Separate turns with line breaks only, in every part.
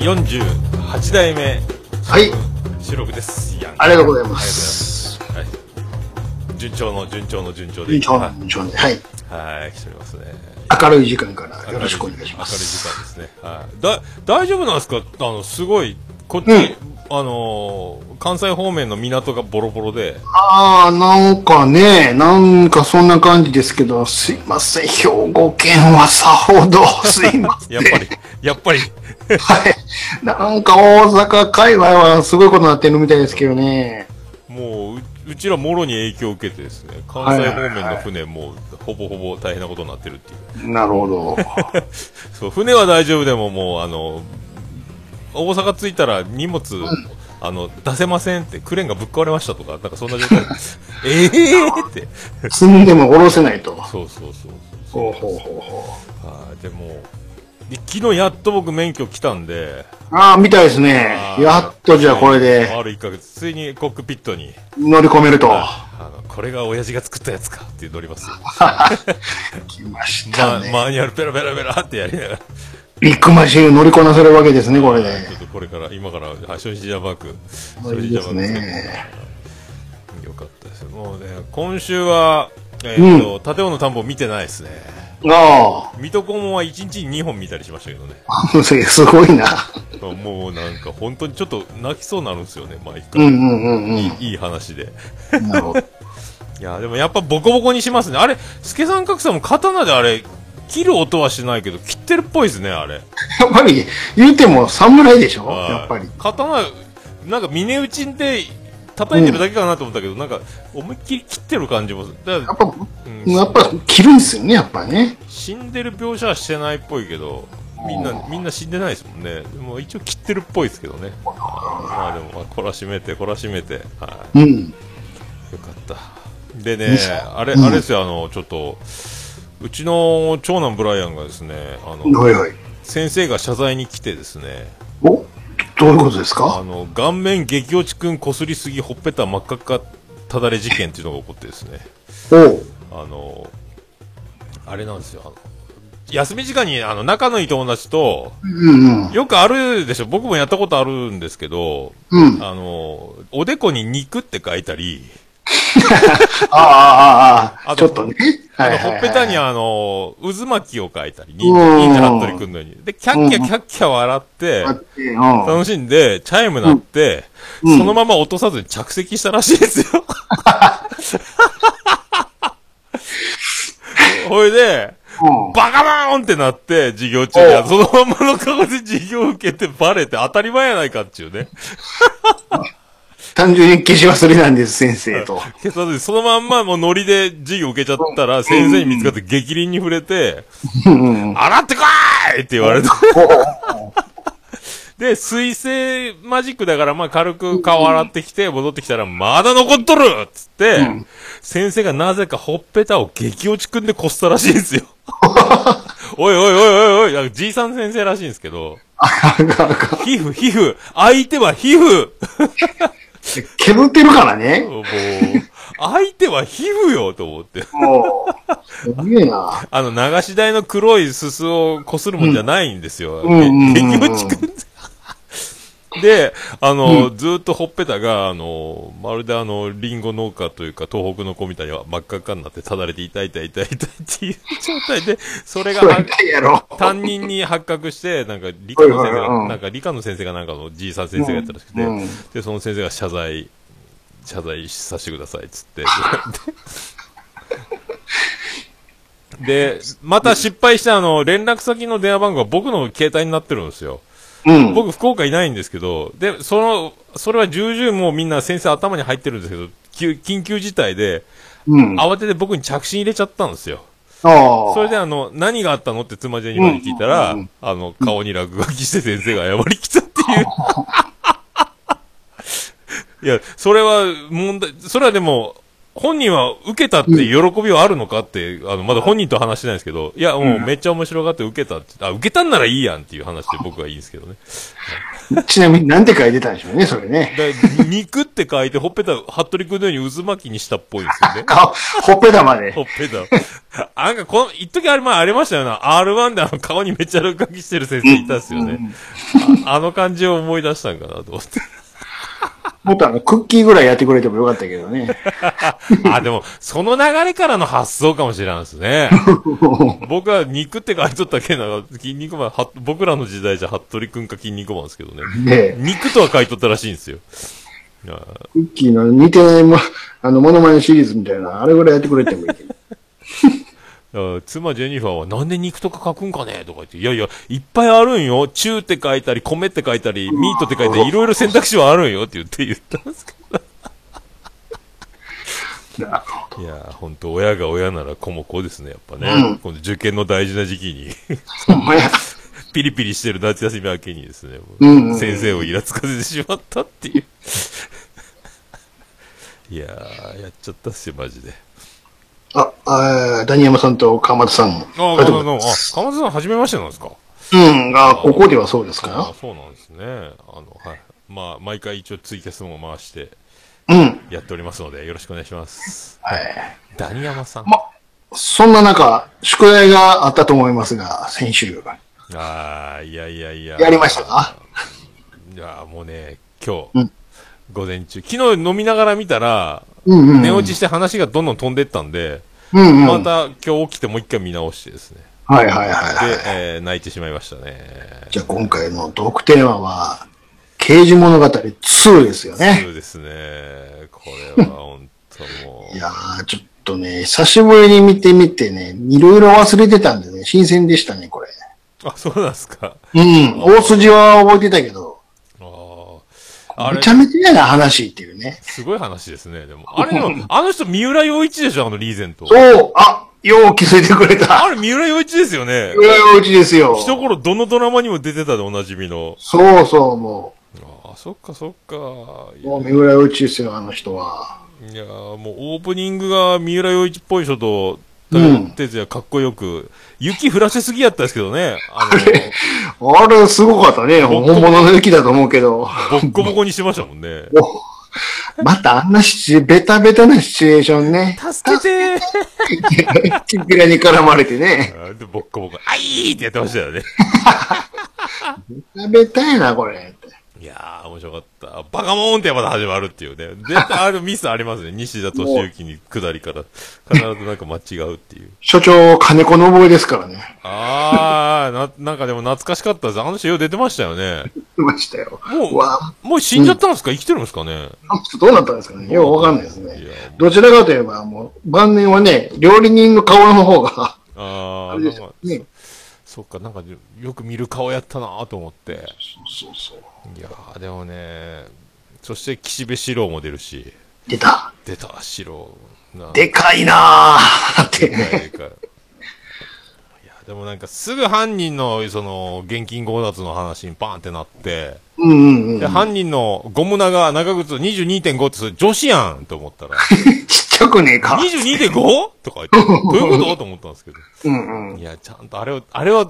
48代目
はい、
収録ですやん
ありがとうございます。
ありがとうございますはい順調の順調の順調で
順調
は
な、順調で。はい。
いはい来ておりますね
明るい時間からよろしくお願いします。
明るい時間ですねはいだ大丈夫なんですかあのすごいこっち、
うん
あのー関西方面の港がボロボロで
ああ、なんかね、なんかそんな感じですけど、すいません、兵庫県はさほ ど、すいません。
やっ ぱりやっぱり
はい。なんか大阪界隈はすごいことになってるみたいですけどね。
もうううちらもろに影響を受けてですね関西方面の船もうほぼほぼ大変なことになってるっていう
なる ほど。
そう船は大丈夫でももうあの大阪着いたら荷物、あの出せませんってクレーンがぶっ壊れましたとかなんかそんな状 態でええーって
積んでも下ろせないと。
そうそうそうそう
ほうほうほうほ
はいでもで昨日やっと僕免許来たんで
う。ああ、みたいですね。やっとじゃあこれ
はい
で
丸1ヶ月ついにコックピットに
乗り込めると。
あのこれが親父が作ったやつかって乗りますよ、
来まし
ま
たね。
マニュアルペラペラペラってやりながら
ビッグマシンを乗りこなせるわけですね、これで。
ちょっとこれから、今から、はい、初日ジャバーク。
あいいですね
初日ジャバーク。よかったですよ。もうね、今週は、えーっ、と、建物田んぼ見てないですね。
あ
水戸黄門は1日に2本見たりしましたけどね。
あ、 すごいな。
もうなんか本当にちょっと泣きそうになるんですよね、毎
うん
回。
うんうんうん。
いい話で。
なるほど。
いや、でもやっぱボコボコにしますね。あれ、助さん格さんも刀であれ、切る音はしないけど、切ってるっぽいですね、あれ。
やっぱり、言うても侍でしょ
はい
やっぱり。
刀なんか峰打ちで叩いてるだけかなと思ったけど、なんか思いっきり切ってる感じもするだ
や
か
っぱ、
ら、うん
やっぱ着るんですよね、やっぱね。
死んでる描写はしてないっぽいけどみんなみんな死んでないですもんねでも一応切ってるっぽいですけどねまあでもまあ懲らしめて懲らしめて、は
うん。
い、よかったでねあれ、あれですよあのちょっとうちの長男ブライアンがですねあの
はいはい。
先生が謝罪に来てですね
おどういうことです
あ
か
の顔面激落ちくんこすりすぎほっぺた真っ赤っかただれ事件っていうのが起こってですね
おう。
あのあれなんですよあの休み時間にあの仲のいい友達と
うんうん。
よくあるでしょ僕もやったことあるんですけど
うん。あ
あのおでこに肉って書いたり
あ、ああ、ああ。
あ
ちょ
と
っとね。
あ
は
の
いは
ほ
いはい
っぺたにあの渦巻きを書いたり忍
うん
忍者ハットリくんのようにでキャッキャキャッキャ笑って
あって、うん。
楽しんでチャイム鳴って
うん
そのまま落とさずに着席したらしいです よほいで、
うん
バカバーンってなって、授業中
お
に、
う
そのままの顔で授業受けてバレて当たり前やないかっていうね。
単純に消し忘れなんです、先生と。
警察でそのまんまもうノリで授業受けちゃったら、先生に見つかって激凛に触れて、
うんうん。
洗ってこーいって言われた。
おう
で、水性マジックだから、まあ軽く顔洗ってきて、戻ってきたら、まだ残っとるっつって、先生がなぜかほっぺたを激落ちくんでこすったらしいんですよ。 おいおいおいおいおいなんか、じいさん先生らしいんですけど、
あかんあかんあかん
皮膚、皮膚、相手は皮膚
削ってるからね。
もう、相手は皮膚よと思って。
もう、すげえ な。
あの、流し台の黒いすすをこするもんじゃないんですよ。
うんうん
激
うんうん
落ちくんで。で、あの、ずーっとほっぺたが、あの、まるであの、リンゴ農家というか、東北の子みたいに真っ赤っかになって、ただれて痛い痛い痛い痛いっていう状態で、それが
それ
は
痛いやろ。
担任に発覚して、なんか理科の先生
はいはいは
が、
い
なんか理科の先生がなんかのじいさん先生がやったらしくて、
うんうん
で、その先生が謝罪、謝罪させてくださいっつって。で、また失敗して、あの、連絡先の電話番号が僕の携帯になってるんですよ。
うん。
僕、福岡いないんですけど、で、その、それは重々もうみんな先生頭に入ってるんですけど、急緊急事態で、
うん。あ
慌てて僕に着信入れちゃったんですよ。
あ。
それであの、何があったのって妻ジェニマに聞いたら、あの、顔に落書きして先生が謝りきたっていう。 いや、それは問題、それはでも、本人は受けたって喜びはあるのかって、あの、まだ本人と話してないんですけど、いや、もうめっちゃ面白がって受けたって、あ、受けたんならいいやんっていう話で僕はいいんですけど ね。
ちなみになんて書いてたんでしょうね、それね。
で肉って書いて、ほっぺた、服部君のように渦巻きにしたっぽいですよね。
あ、ほっぺ玉で。
ほっぺた。なんか、この、一時あれ、まあ、ありましたよな。R1 であの、顔にめっちゃ落書きしてる先生いたっすよね。ああの感じを思い出したんかなと思って。
もっとあの、クッキーぐらいやってくれてもよかったけどね。
あ、でも、その流れからの発想かもしれんですね。僕は肉って書いとったけんな、筋肉マン、は僕らの時代じゃ、服部くんか筋肉マンですけどね。
で、
肉とは書いとったらしいんですよ。あー
クッキーの似てないも、あの、モノマネシリーズみたいな、あれぐらいやってくれてもいいけ ど。
だから妻ジェニファーはなんで肉とか書くんかねとか言って、いやいや、いっぱいあるんよ。中って書いたり、米って書いたり、ミートって書いたり、いろいろ選択肢はあるんよって言って言ったんですけ
なるほど
ど。いやー、ほんと親が親なら子も子ですね、やっぱね。この受験の大事な時期に、
ほんまや。
ピリピリしてる夏休み明けにですね、
うんうんうん
先生をイラつかせてしまったっていう。いやー、やっちゃったっすよ、マジで。
あ、あーダニヤマさんと川松さんも。
あ、あ、
あ
あ、
りが
あ、
とうございます
鎌田さん、初めましてなんですか
うん、あ、ここではそうです
あ
か
そうなんですね。あの、はい。まあ、毎回一応ツイキャスも回して
うん。
やっておりますので、よろしくお願いし ます。
はい。
ダニヤマさん。
ま、そんな中、宿題があったと思いますが、先週。
ああ、いやいやいや。
やりましたか
いや、もうね、今日、
うん
午前中、昨日飲みながら見たら、
うんうん。
寝落ちして話がどんどん飛んでったんで、
うんう
ま
ん。
た今日起きてもう一回見直してですね。
はいはいはい
で
はい。、
えー泣いてしまいましたね。
じゃあ今回のトークテーマは、刑事物語2ですよね。
そうですね。これは本当もう
い。やー、ちょっとね、久しぶりに見てみてね、いろいろ忘れてたんでね、新鮮でしたね、これ。
あ、そうなんですか。
うん、大筋は覚えてたけど、
あーあれ
めちゃめちゃやな話っていうね。
すごい話ですね、でも。あれでも、あの人、三浦洋一でしょ、あのリーゼント。
そう、あ、よう気づいてくれた。
あれ、三浦洋一ですよね
う。わ、うちですよ。
一頃、どのドラマにも出てたで、おなじみの。
そうそう、も。
ああ、そっか、そっか。いうや
もう、三浦うちですよ、あの人は。
いやーもう、オープニングが三浦洋一っぽい人と、
うん
哲也かっこよく、雪降らせすぎやったんですけどね。あ
あれ、すごかったね。本物の雪だと思うけど。
の、ボッコボコにしてましたもんね。
おまたあんなシチュエベタベタなシチュエーションね。
助けてー
チンピラに絡まれてね。
あーで、ボッコボコ、あいーってやってましたよね。
ベタベタやな、これ。
いやー、面白かった。バカモーンってまた始まるっていうね。絶対 あのミスありますね。西田敏行に下りから。必ずなんか間違うっていう。
所長、金子の覚えですからね。
あー、な、なんかでも懐かしかったです。あの人よう出てましたよね。
出ましたよ。
もう
わ
もう死んじゃったんですか、生きてるんですかね
あの人どうなったんですかね。ようわかんないです
い
ね
や。
どちらかといえば、もう、晩年はね、料理人の顔の方が、
あ
あ
ー、
れで
なん
す
か
よ、ね。
そっか、なんかよく見る顔やったなーと思って。
そうそう。
いやー、でもね、そして岸辺四郎も出るし、
出た。
出た、四郎。な
でかいなーっ
で
て
かい
ね。
でかい。いや、でもなんかすぐ犯人の、その、現金強奪の話にバーンってなって、
うんうんうん。
で、犯人のゴム長、長靴22.5ってそれ女子やんと思った ら、
ちっちゃくねえか。
22.5? とか言って、どういうことと思ったんですけど。
うんうん。
いや、ちゃんとあれを、あれは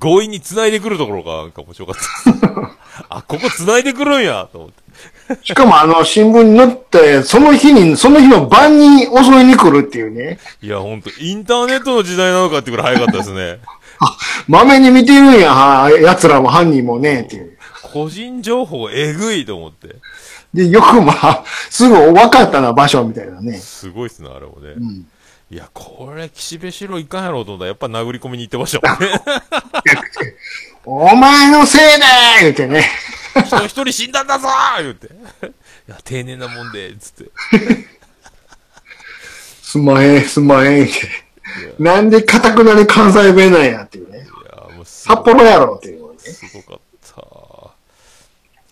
強引に繋いでくるところが、なんか面白かったです。あ、ここ繋いでくるんやと思って。
しかもあの、新聞に載って、その日に、その日の晩に襲いに来るっていうね。
いや、ほんと、インターネットの時代なのかってくらい早かったですね。
まめに見てるんや、は奴らも犯人もね、っていう。
個人情報えぐいと思って。
で、よくまあ、 すぐ分かったな、場所みたいなね。
すごいっすね、あれもね。
ん
いや、これ、岸辺四郎いかんやろうと思ったら、やっぱ殴り込みに行ってましたもんね。
お前のせいだー言うてね。
人一人死んだんだぞー言うて。いや、丁寧なもんで、つって。
すんまへん、すんまへん、って。なんで固くなり関西弁なんやっていうね。
いや、もうす
札
ご、
幌やろっていうね。
すごかっ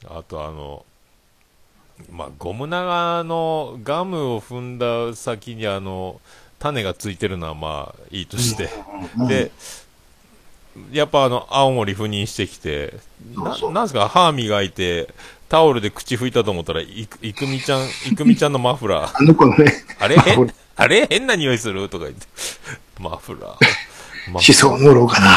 た。あと、あの、まあ、ゴム長のガムを踏んだ先に、あの、種がついてるのは、まあ、いいとして。で、やっぱあの、青森赴任してきて、ななんですか、歯磨いて、タオルで口拭いたと思ったら、いく、いくみちゃん、いくみちゃんのマフラー。
あの子のね、
あれ
マフラー
あれ変な匂いするとか言って。マフラー。マ
思想を塗ろうかな。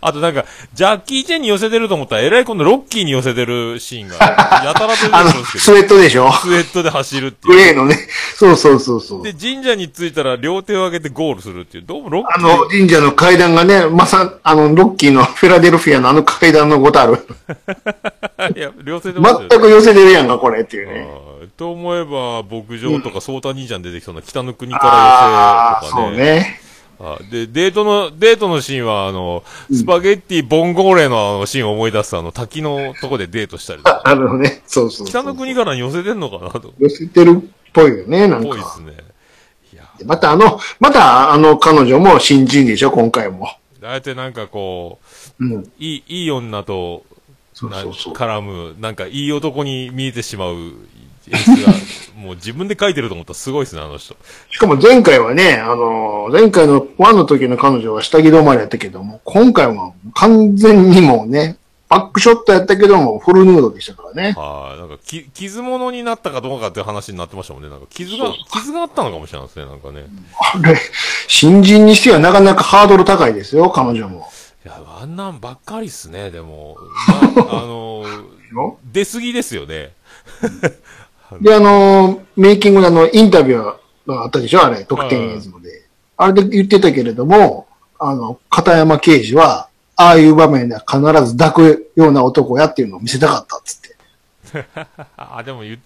あとなんか、ジャッキー・チェンに寄せてると思ったら、えらい今度ロッキーに寄せてるシーンが、やたらと出てく
あ
る
の
んです、けど、
スウェットでしょ
スウェットで走るって
グ
いう。
レーのね。そうそうそうそう。
で、神社に着いたら両手を上げてゴールするっていう。どうもロッ
あ
キー。
の、神社の階段がね、まさ、あの、ロッキーのフィラデルフィアのあの階段のごとある。
いや、両手で持って
全
る
く寄せてるやんか、これっていうね。
あーと思えば、牧場とか、ソータ兄ちゃん出てきそうな北の国から
ああ
寄せ
ー、
とか
そう
ね。
ね。
あで、デートの、デートのシーンは、あの、スパゲッティ、ボンゴーレのあのシーンを思い出すとあの、滝のとこでデートしたりとか。
あのね、 そうそうそう。
北の国からに寄せてんのかなと。
寄せてるっぽいよね、なん
ぽいで
か。
すね。いや、
またあの、またあの彼女も新人でしょ、今回も。
あえてなんかこ
うん。
う、いい、いい女と、
そう
な
そうそう。
絡む、なんかいい男に見えてしまう演出が、 もう自分で書いてると思ったらすごいですね、あの人。
しかも前回はね、あの、前回の1の時の彼女は下着止まりやったけども、今回は完全にもうね、バックショットやったけども、フルヌードでしたからね。
はい、なんか、き、傷物になったかどうかっていう話になってましたもんね。なんか、傷が
そう、
傷があったのかもしれないですね、なんかね。
あれ、新人にしてはなかなかハードル高いですよ、彼女も。
いや、あんなんばっかりっすね、でも。まあ、あの、出過ぎですよね。
で、あの、メイキングのあの、インタビューがあったでしょあれ、特典映像で。あれで言ってたけれども、あの、片山刑事は、ああいう場面では必ず抱くような男やっていうのを見せたかったっつって。
ああ、でも言っ、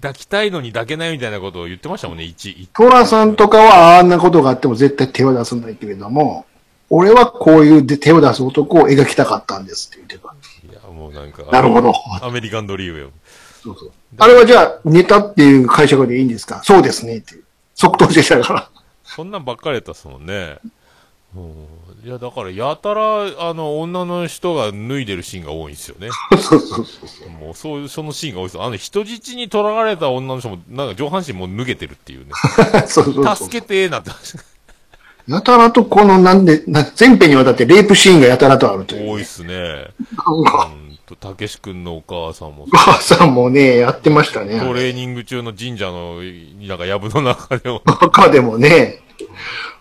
抱きたいのに抱けないみたいなことを言ってましたもんね、一、一。
トラさんとかはあんなことがあっても絶対手を出さないけれども、俺はこういうで手を出す男を描きたかったんですって言ってた。
いや、もうなんか、
なるほど。
アメリカンドリームよ。
そうそうあれはじゃあ、ネタっていう解釈でいいんですかそうですねって。即答してきたから。
そんなんばっかりやったっすもんね。うん、いや、だから、やたら、あの、女の人が脱いでるシーンが多いんですよね。
そうそうそう。
もう、そういう、そのシーンが多いです。あの、人質に取られた女の人も、なんか上半身もう脱げてるっていうね。
そうそうそう
助けてーなって話が
やたらとこのなんで、な全編にわたってレイプシーンがやたらとあるという。
多いっすね。
なん
う
か、
んと、たけしくんのお母さんも、
お母さんもね、やってましたね。
トレーニング中の神社の、なんか、藪の中でも、
中でもね、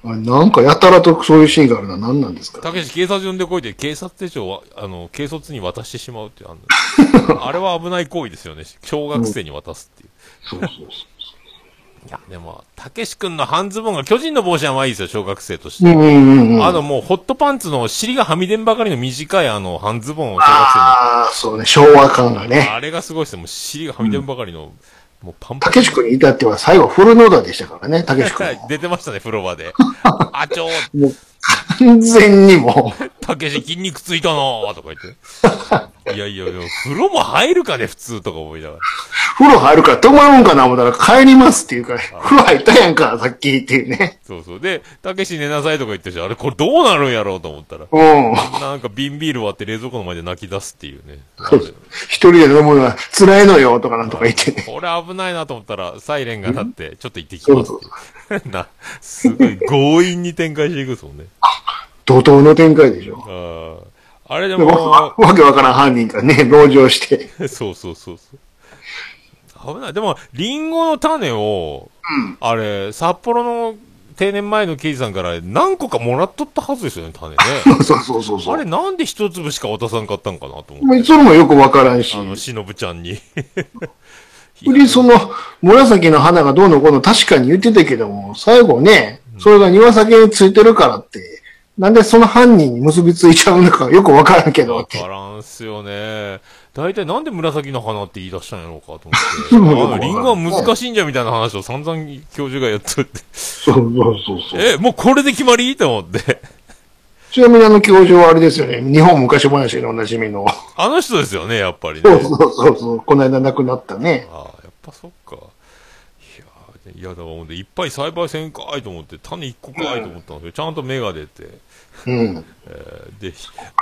あれなんかやたらとそういうシーンがあるのは何なんですか
たけし警察呼んでこいで警察手帳は、あの、警察に渡してしまうっていうあのあれは危ない行為ですよね。小学生に渡すっていう。
そうそうそう。
いや、でも、たけし君の半ズボンが巨人の帽子はまあいいですよ、小学生として。
うんうんうん。
あの、もう、ホットパンツの尻がはみ出んばかりの短いあの、半ズボンを小学生
ああ、そうね、昭和感が
に。
ね。
あれがすごいですね。もう尻がはみ出んばかりの、もうパンパ
た
ン。
けし君に至っては最後フルノーダーでしたからね、たけし君
はい
も。
出てましたね、風呂場で。あちょー、
もう完全にもう、
たけし筋肉ついたなーとか言って。いやいやいや、風呂も入るかね、普通とか思いながら。
風呂入るから泊まるんかな思ったら帰りますっていうから、風呂入ったやんか、さっきっていうね。
そうそう。で、たけし寝なさいとか言ってるし、あれこれどうなるんやろうと思ったら、
うん。
なんか瓶ビール割って冷蔵庫の前で泣き出すっていうね。
一人で飲むのは辛いのよとかなんとか言ってね。
これ危ないなと思ったら、サイレンが鳴って、ちょっと行ってきます
そう
って。 な、すごい強引に展開していくんですもんね。
怒涛の展開でしょ。
あーあれで
でわ
も、
わけわからん犯人がね、籠城して。
そうそうそうそう。危ない。でも、リンゴの種を、あれ、札幌の定年前の刑事さんから何個かもらっとったはずですよね、 種ね。
そうそうそうそ
あ
う。
れなんで一粒しか渡さんかったんかなと思って。
もうそれもよくわからんし。
あの、しのぶちゃんに。
よりその、紫の花がどうのこうの確かに言ってたけども、最後ね、それが庭先についてるからって、なんでその犯人に結びついちゃうのかよくわからんけど
わ
っ
か
て。
らんっすよね。大体なんで紫の花って言い出したんやろうかと
そう
思って。
な
あ
んだ
リンゴは難しいんじゃみたいな話を散々教授がやっとって。
そうそうそう そう。
え、もうこれで決まりと思って。
ちなみにあの教授はあれですよね、日本昔話でおなじみの。
あの人ですよね、やっぱりね。
そうそうそうそう、この間亡くなったね。
ああ、やっぱそっか。いやー、いやだからほんで、いっぱい栽培せんかいと思って、種一個かいと思ったんですけど、ちゃんと芽が出て、
うん。
えーで、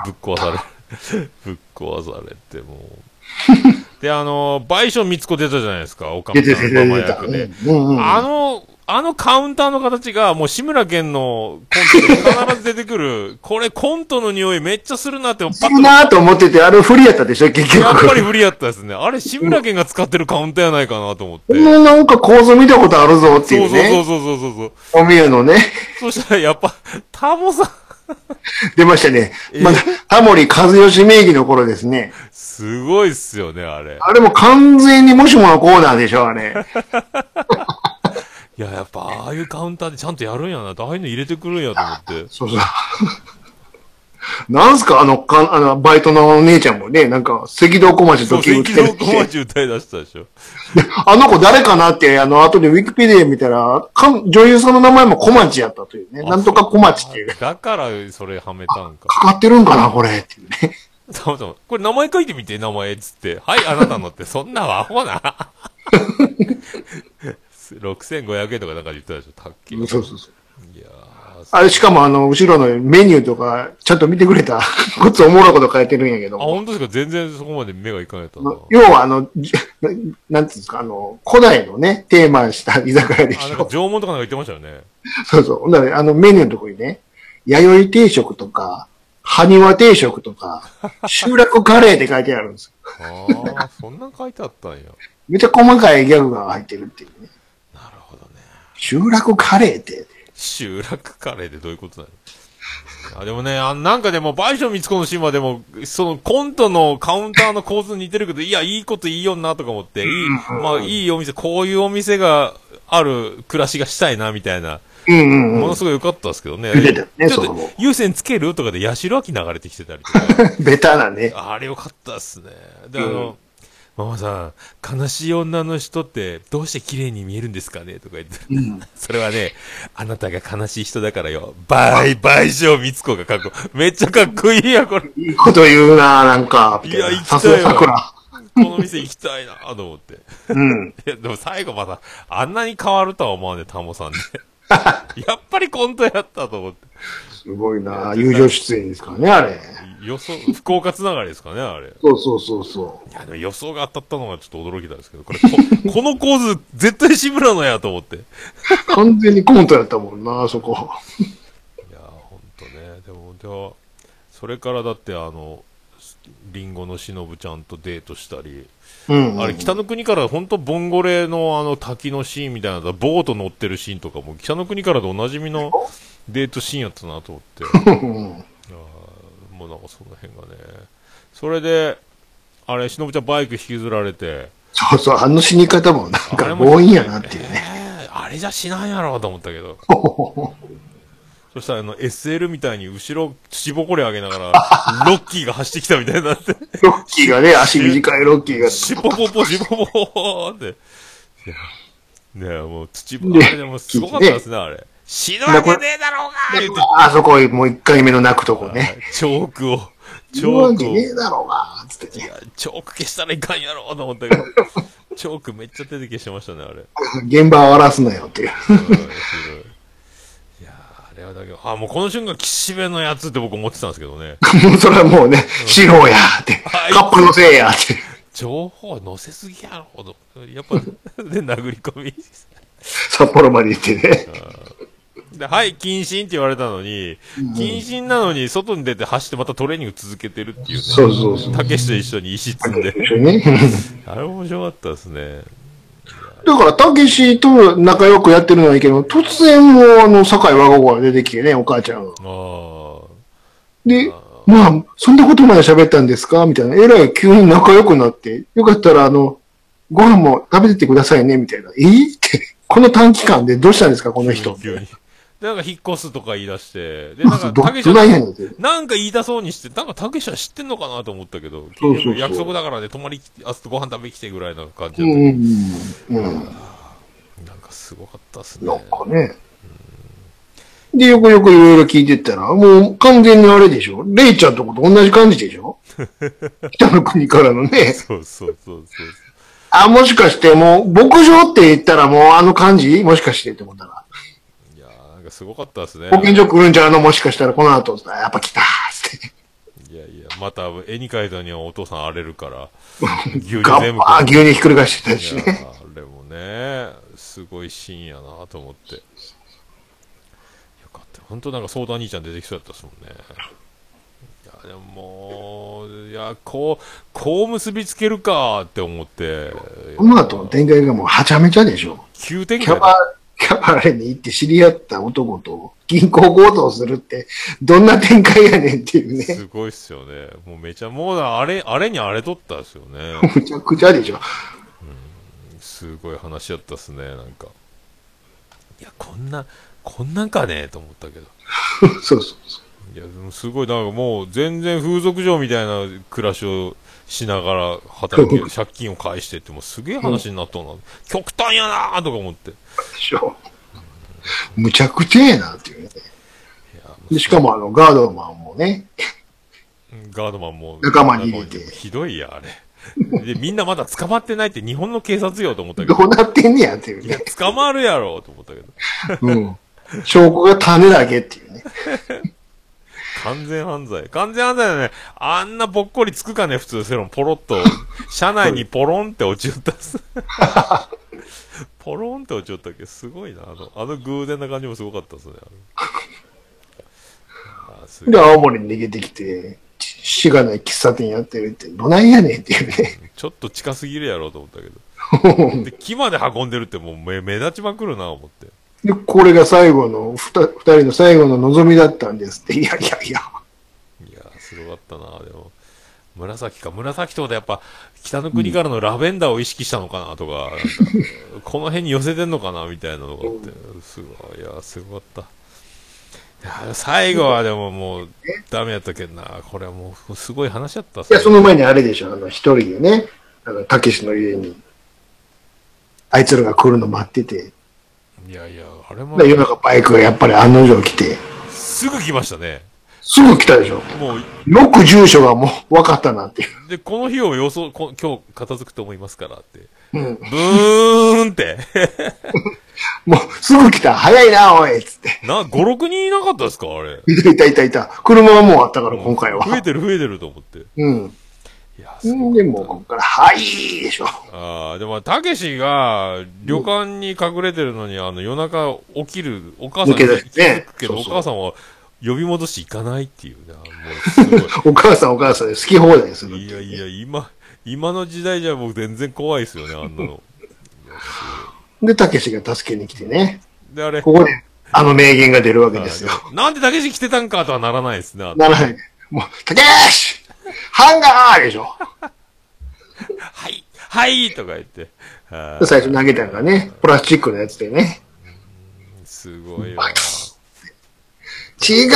ぶっ壊され、 ぶっ壊されて、 もう。で、あのー、倍賞三つ子出たじゃないですか、おかみ
出て
さ
出
んの
て
マ
出
マ
た。
役
う
で。
んうんうん。
あの、あのカウンターの形が、もう志村けんのコントで必ず出てくる、これコントの匂いめっちゃするなって、パ
す
ッ
る
と、や
なーと思ってて、あれフリやったでしょ、結局。
っぱり不利やったですね。あれ、志村けんが使ってるカウンターやないかなと思って。
このなんか構造見たことあるぞってい
そうそうそ
う
う
ね。
そうそうそう。
おみゆのね、
そしたらやっぱ、タモさん、
出ましたね。まだ、タモリ和義名義の頃ですね。
すごいっすよね、あれ。
あれも完全にもしものコーナーでしょ、あれ。
いや、やっぱ、ああいうカウンターでちゃんとやるんやなと、ああいうの入れてくるんやと思って。
そうそう。なんすか、あの、かあのバイトのお姉ちゃんもね、なんか、赤道小町
そ
と
う、
気を
赤
つけ
道
て
小町歌い出したでしょ。
あの子誰かなって、あの、後でウィキペディア見たら、か女優さんの名前も小町やったというね。
あ
なんとか小町っていう。
だから、それはめたんか。
かかってるんかな、これ。っていうね。
たまたま、これ名前書いてみて、名前っつって。はい、あなたのって、そんなアホな。6500円とかなんか言ってたでしょ、卓球。い
そうそうそう。
やー
あれ、しかもあの、後ろのメニューとか、ちゃんと見てくれた。 こっちおもろいこと書いてるんやけ
あ、
ど。
本当ですか全然そこまで目がいかないとな。
要はあの、じななんつうんですか、あの、古代のね、テーマにした居酒屋で
あ、
し
なんか
ょ。
縄文とかなんか言ってましたよね。
そうそう。ほんならあの、メニューのとこにね、弥生定食とか、埴輪定食 とか、集落カレーって書いてあるんですよ。
ああ、そんなん書いてあったんや。
めっちゃ細かいギャグが入ってるっていうね。
なるほどね。
集落カレーって。
集落カレーってどういうことなのあでもねあ、なんかでも、倍賞光子のシーンはでも、そのコントのカウンターの構図に似てるけど、いや、いいこといいよなとか思って、いい、まあ、いいお店、こういうお店がある暮らしがしたいな、みたいな、
うんうんうん。
ものすごい良かったですけどね。
言ってたよね
ちょっ
そこも
と、優先つけるとかで、八代亜紀流れてきてたりとか。
ベタなね。
あれよかったっすね。で、あの、ママさん、悲しい女の人ってどうして綺麗に見えるんですかねとか言って、それはね、あなたが悲しい人だからよ。バイ、バイショーミツコがかっこ、めっちゃかっこいいや、これ。こ
いいこと言うななんか。
いや行きたいわ
さすが桜。
の店行きたいなと思って。い
うん。
や、でも最後また、あんなに変わるとは思わね、タモさんね。やっぱりコントやったと思って。
すごいな友情出演ですからね、あれ。
予想、福岡つながりですかね、あれ。
そうそうそうそう。
いやでも予想が当たったのがちょっと驚きたんですけど、これ、ここの構図、絶対志村のやと思って。い
完全にコントやったもんな、そこ。
やー、ほんとね。でも、では、それからだって、あの、リンゴのしのぶちゃんとデートしたり、
うん、うん。
あれ、北の国から本当ボンゴレのあの滝のシーンみたいなのと、ボート乗ってるシーンとかも、北の国からでおなじみのデートシーンやったなと思 って。
うん
いやーもうなんかその辺がね。それで、あれ、しのぶちゃんバイク引きずられて、
そうそう、あの死に方もなん
あれ
か
も
強引やなっていう ね。
えーあれじゃしないやろうと思ったけど。そしたらあの SL みたいに後ろ土ぼこり上げながら、ロッキーが走ってきたみたいになって、
ロッキーがね、足短いロッキーが。
しぽぽぽしぽぽぽって。いや、ねえもう土ぼ、
で
あれでもすごかったですね、あれ。死ぬわけねえだろうが言って、
あそこ、もう一回目の泣くとこね。
チョークを、チ
言うわ
ョー
け
クを、
ねえだろうが、つって
い
ね。
やチョーク消したらいかんやろうと思ったけど、チョークめっちゃ手で消してましたね、あれ。
現場を荒らすなよっていう。
うんすごいいやーあれはだけど、あ、もうこの瞬間、岸辺のやつって僕思ってたんですけどね。
もうそれはもうね、素人やって、
はい
カップのせいやって。
情報載せすぎやろ、と。やっぱ、で、殴り込み。
札幌まで行ってね。
で、はい、謹慎って言われたのに、謹慎なのに、外に出て走ってまたトレーニング続けてるっていうね。
そうそうそう。
たけしと一緒に石積んで。
一緒にね。
あれ面白かったですね。
だから、たけしと仲良くやってるのはいいけど、突然もう、あの、酒井和子が出てきてね、お母ちゃんが。
ああ。
で、まあ、そんなことまで喋ったんですかみたいな。えらい急に仲良くなって、よかったら、あの、ご飯も食べてってくださいね、みたいな。えーって、この短期間でどうしたんですか、この人。
急に。で、なんか引っ越すとか言い出して、で、なんか、
ど
たけし
どないやねんって。
なんか言いたそうにして、なんかたけしは知ってんのかなと思ったけど、
そうそうそう
約束だからね、泊まり、明日ご飯食べに来てぐらいの感じ
う
だっ
ん
た
う
け
んうん。う
どなん
ん。
かすごかったっす
なん
ね。
かね。で、よくよくいろいろ聞いてったら、もう完全にあれでしょレイちゃんとこと同じ感じで しょ北の国からのね。
そうそうそうそう。
あ、もしかしてもう、牧場って言ったらもうあの感じもしかしてって思ったら。
いやー、なんかすごかったっすね。
保健所来るんちゃうのもしかしたらこの後、あやっぱ来たーっつって。
いやいや、また絵に描いたにはお父さん荒れるから、牛乳
ガ
全
ッ
部
パー
食う
牛乳ひっくり返してた
い
し
や
ね。
ーあれもね、すすごいシーンやなと思って。よかった。本当なんか相談兄ちゃん出てきそうやったっすもんね。いや、でももう、いや、こう、こう結びつけるかって思って。
この後の展開がもうはちゃめちゃでしょ。
急展
キャ
開
バ、キャバレーに行って知り合った男と銀行強盗するって、どんな展開やねんっていうね。
すごいっすよね。もうめちゃ、もうあれ、あれにあれとったっすよね。
むちゃくちゃでしょ。
すごい話やったっすね、なんか。いや、こんな、こんなんかねと思ったけど。
そうそうそ
いや、でもすごい、なんかもう全然風俗嬢みたいな暮らしをしながら働 き、借金を返してって、もうすげえ話になったな。極端やなーとか思って。いう
でしょ。むちゃくちゃやなっていうね。
やも
でしかもあの、ガードマンもね、
うガードマンも。
仲間に入れて
ひどいや、あれ。で、みんなまだ捕まってないって日本の警察よと思ったけ
ど
ど。
うなってんねやっていう
いや
ね。、
捕まるやろと思ったけど。
うん。証拠が種だけっていうね。
完全犯罪。完全犯罪だね。あんなぼっこりつくかね、普通、セロン。ポロッと。車内にポロンって落ちよったっす。ポロンって落ちよったっけすごいな。あの、あの偶然な感じもすごかったっすね。あす
で、
ごい
青森に逃げてきて、しがない喫茶店やってるって、どないやねんっていうね。
ちょっと近すぎるやろうと思ったけど。で、木まで運んでるってもう目目立ちまくるな、思って。
で、これが最後の、ふた二人の最後の望みだったんですって。いやいやいや。
いやー、すごかったな、でも。紫か、紫とかでやっぱ、北の国からのラベンダーを意識したのかなとか、なんかこの辺に寄せてんのかなみたいなのがあって、すごい、いやー、すごかった。いやー最後はでももう、ダメやったけんな、これはもう、すごい話やったっす
い
ね
や、その前にあれでしょ、あの、一人でね、あの、たけしの家に、あいつらが来るの待ってて、
いやいや、あれも
で、夜中バイクがやっぱり案の定来て、
すぐ来ましたね。
すぐ来たでしょ。
もう、
よく住所がもう分かったなっていう。
で、この日を予想、こ今日片付くと思いますからって。
うん。
ブーンって。
もう、すぐ来た、早いな、おいっつって。
な、5、6人いなかったですかあれ。
いたいたいたいた。車はもうあったから、今回は。
増えてる増えてると思って。い
うん。
や、すごい。
でも、ここから、はいでしょ。
ああ、でも、たけしが、旅館に隠れてるのに、あの、夜中起きる、お母さん
抜
に
け出してね
気づくけど、
そうそう
お母さんは呼び戻し行かないっていうね。もう、す
お母さんお母さんで好き放題する
ご
って
い。
い
いうや
ね
いや、今、今の時代じゃ僕全然怖いですよね、あんなの。
で、たけしが助けに来てね。
で、あれ、
ここで、あの名言が出るわけ
あ
ですよ。
のなんでたけし来てたんかとはならないですね。あの
ならない。もう、たけしハンガーでしょ。
はい、はいとか言って。あー
最初投げたのがね、プラスチックのやつでね。
すごいわ。
バキ違う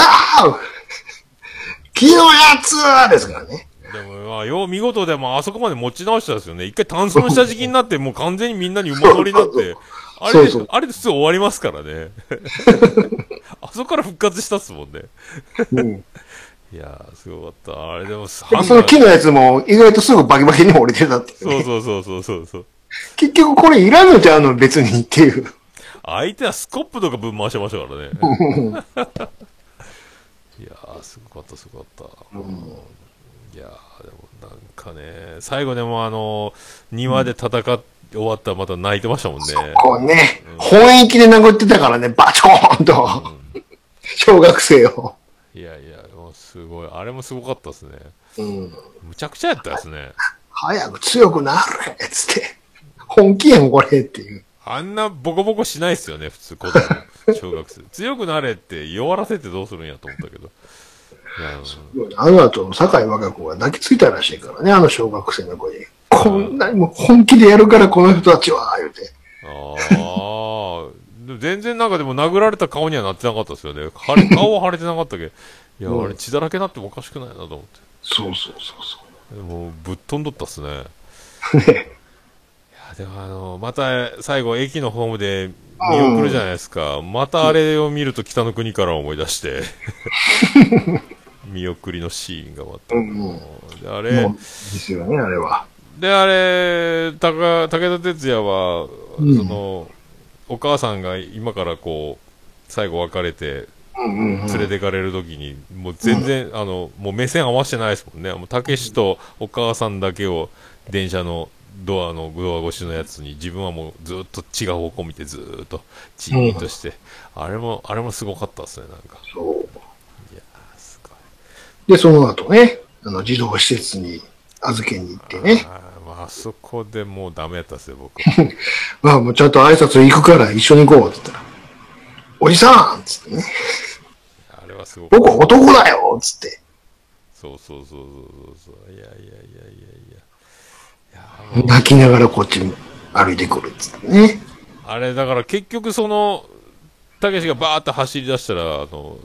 木のやつですからね。
でも、まあ、よう見事でも、あそこまで持ち直したんですよね。一回炭素の下敷きになって、もう完全にみんなに馬乗りになっ
そうそう
て、あ
そ
れ
う
で
そう、
あれで普通終わりますから ね。あそこから復活したっすもんね。
うん。
いやー、すごかった。あれでも、
で
ハ
も
ン
そ
ガ
の
ー
木のやつも意外とすぐバキバキに折れてたっていうね、
そうそうそうそうそうそう。
結局これいらんのちゃうの別にっていう。
相手はスコップとかぶん回してましたからね。 いやー、すごかった、すごかった。いやー、でもなんかね、最後でもあの、庭で戦って終わったらまた泣いてましたもんね。
こうね、本域で殴ってたからね、バチコーンと。小学生を。
いやいや、もうすごい。あれもすごかったですね。
うん。
むちゃくちゃやったですね。
早く強くなれっつって。本気やん、これっていう。
あんなボコボコしないっすよね、普通、子供、小学 生。強くなれって弱らせてどうするんやと思ったけど。いや、
あの後、酒井若子が泣きついたらしいからね、あの小学生の子に。こんなにもう本気でやるから、この人たちは、言うて。
ああ。でも全然なんかでも殴られた顔にはなってなかったですよね。腫れ顔は腫れてなかったけど。いや、あれ血だらけになってもおかしくないなと思っ
そうそうそうそ
て。もうぶっ飛んどったっすね。
う。ね。
いやでもあの、また最後駅のホームで見送るじゃないですか。またあれを見ると北の国から思い出 して。見送りのシーンがまた。
うんうん
であ
も
れ
う、、ですよね、あれは。
で、あれ、たか武田鉄矢は、
うん
その、お母さんが今からこう、最後別れて、
うんうんうん。
連れてかれる時に、もう全然、あの、もう目線合わせてないですもんね。もう、たけしとお母さんだけを電車のドアの、ドア越しのやつに、自分はもうずっと違う方向見て、ずーっと、チーンとして、あれも、あれもすごかったですね、なんか。
そう。
いやー、すごい。
で、その後ね、あの、児童施設に預けに行ってね。
あーまああそこでもうダメやったっすよ、 僕。
まあ、もうちゃんと挨拶行くから一緒に行こうって言ったら、おじさんっつってね、
あれはすごく。
僕男だよっつって。
そうそうそうそうそうそう。いやいやいやいやいや。
泣きながらこっちに歩いてくるっつってね。
あれ、だから結局その、たけしがバーッと走り出したら、あの、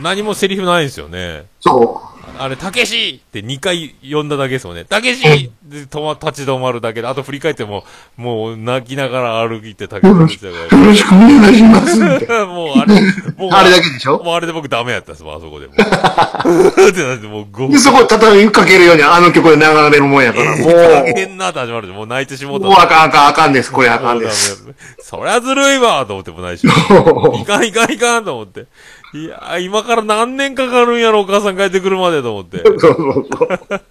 何もセリフないんですよね。
そう。
あれ、たけしって2回呼んだだけですもんね。たけしで止ま、立ち止まるだけで、あと振り返っても、もう泣きながら歩いてたけしでしたか
よろしくお願いしますって。
ら。もうあれ、もう
あれだけでしょ
もうあれで僕ダメやったですもん、あそこで もう。ってなって、もう5
で、そこ畳みかけるようにあの曲で流れるもんやから、も
加減なって始まるで、もう泣いてしもう
う、
た
もうあかんあかんあかんです、これあかんです。
もうダメだそりゃずるいわと思ってもないし。いかんいかんいかんと思って。いやー、今から何年かかるんやろ、お母さん帰ってくるまでと思って。
そうそうそう。
いや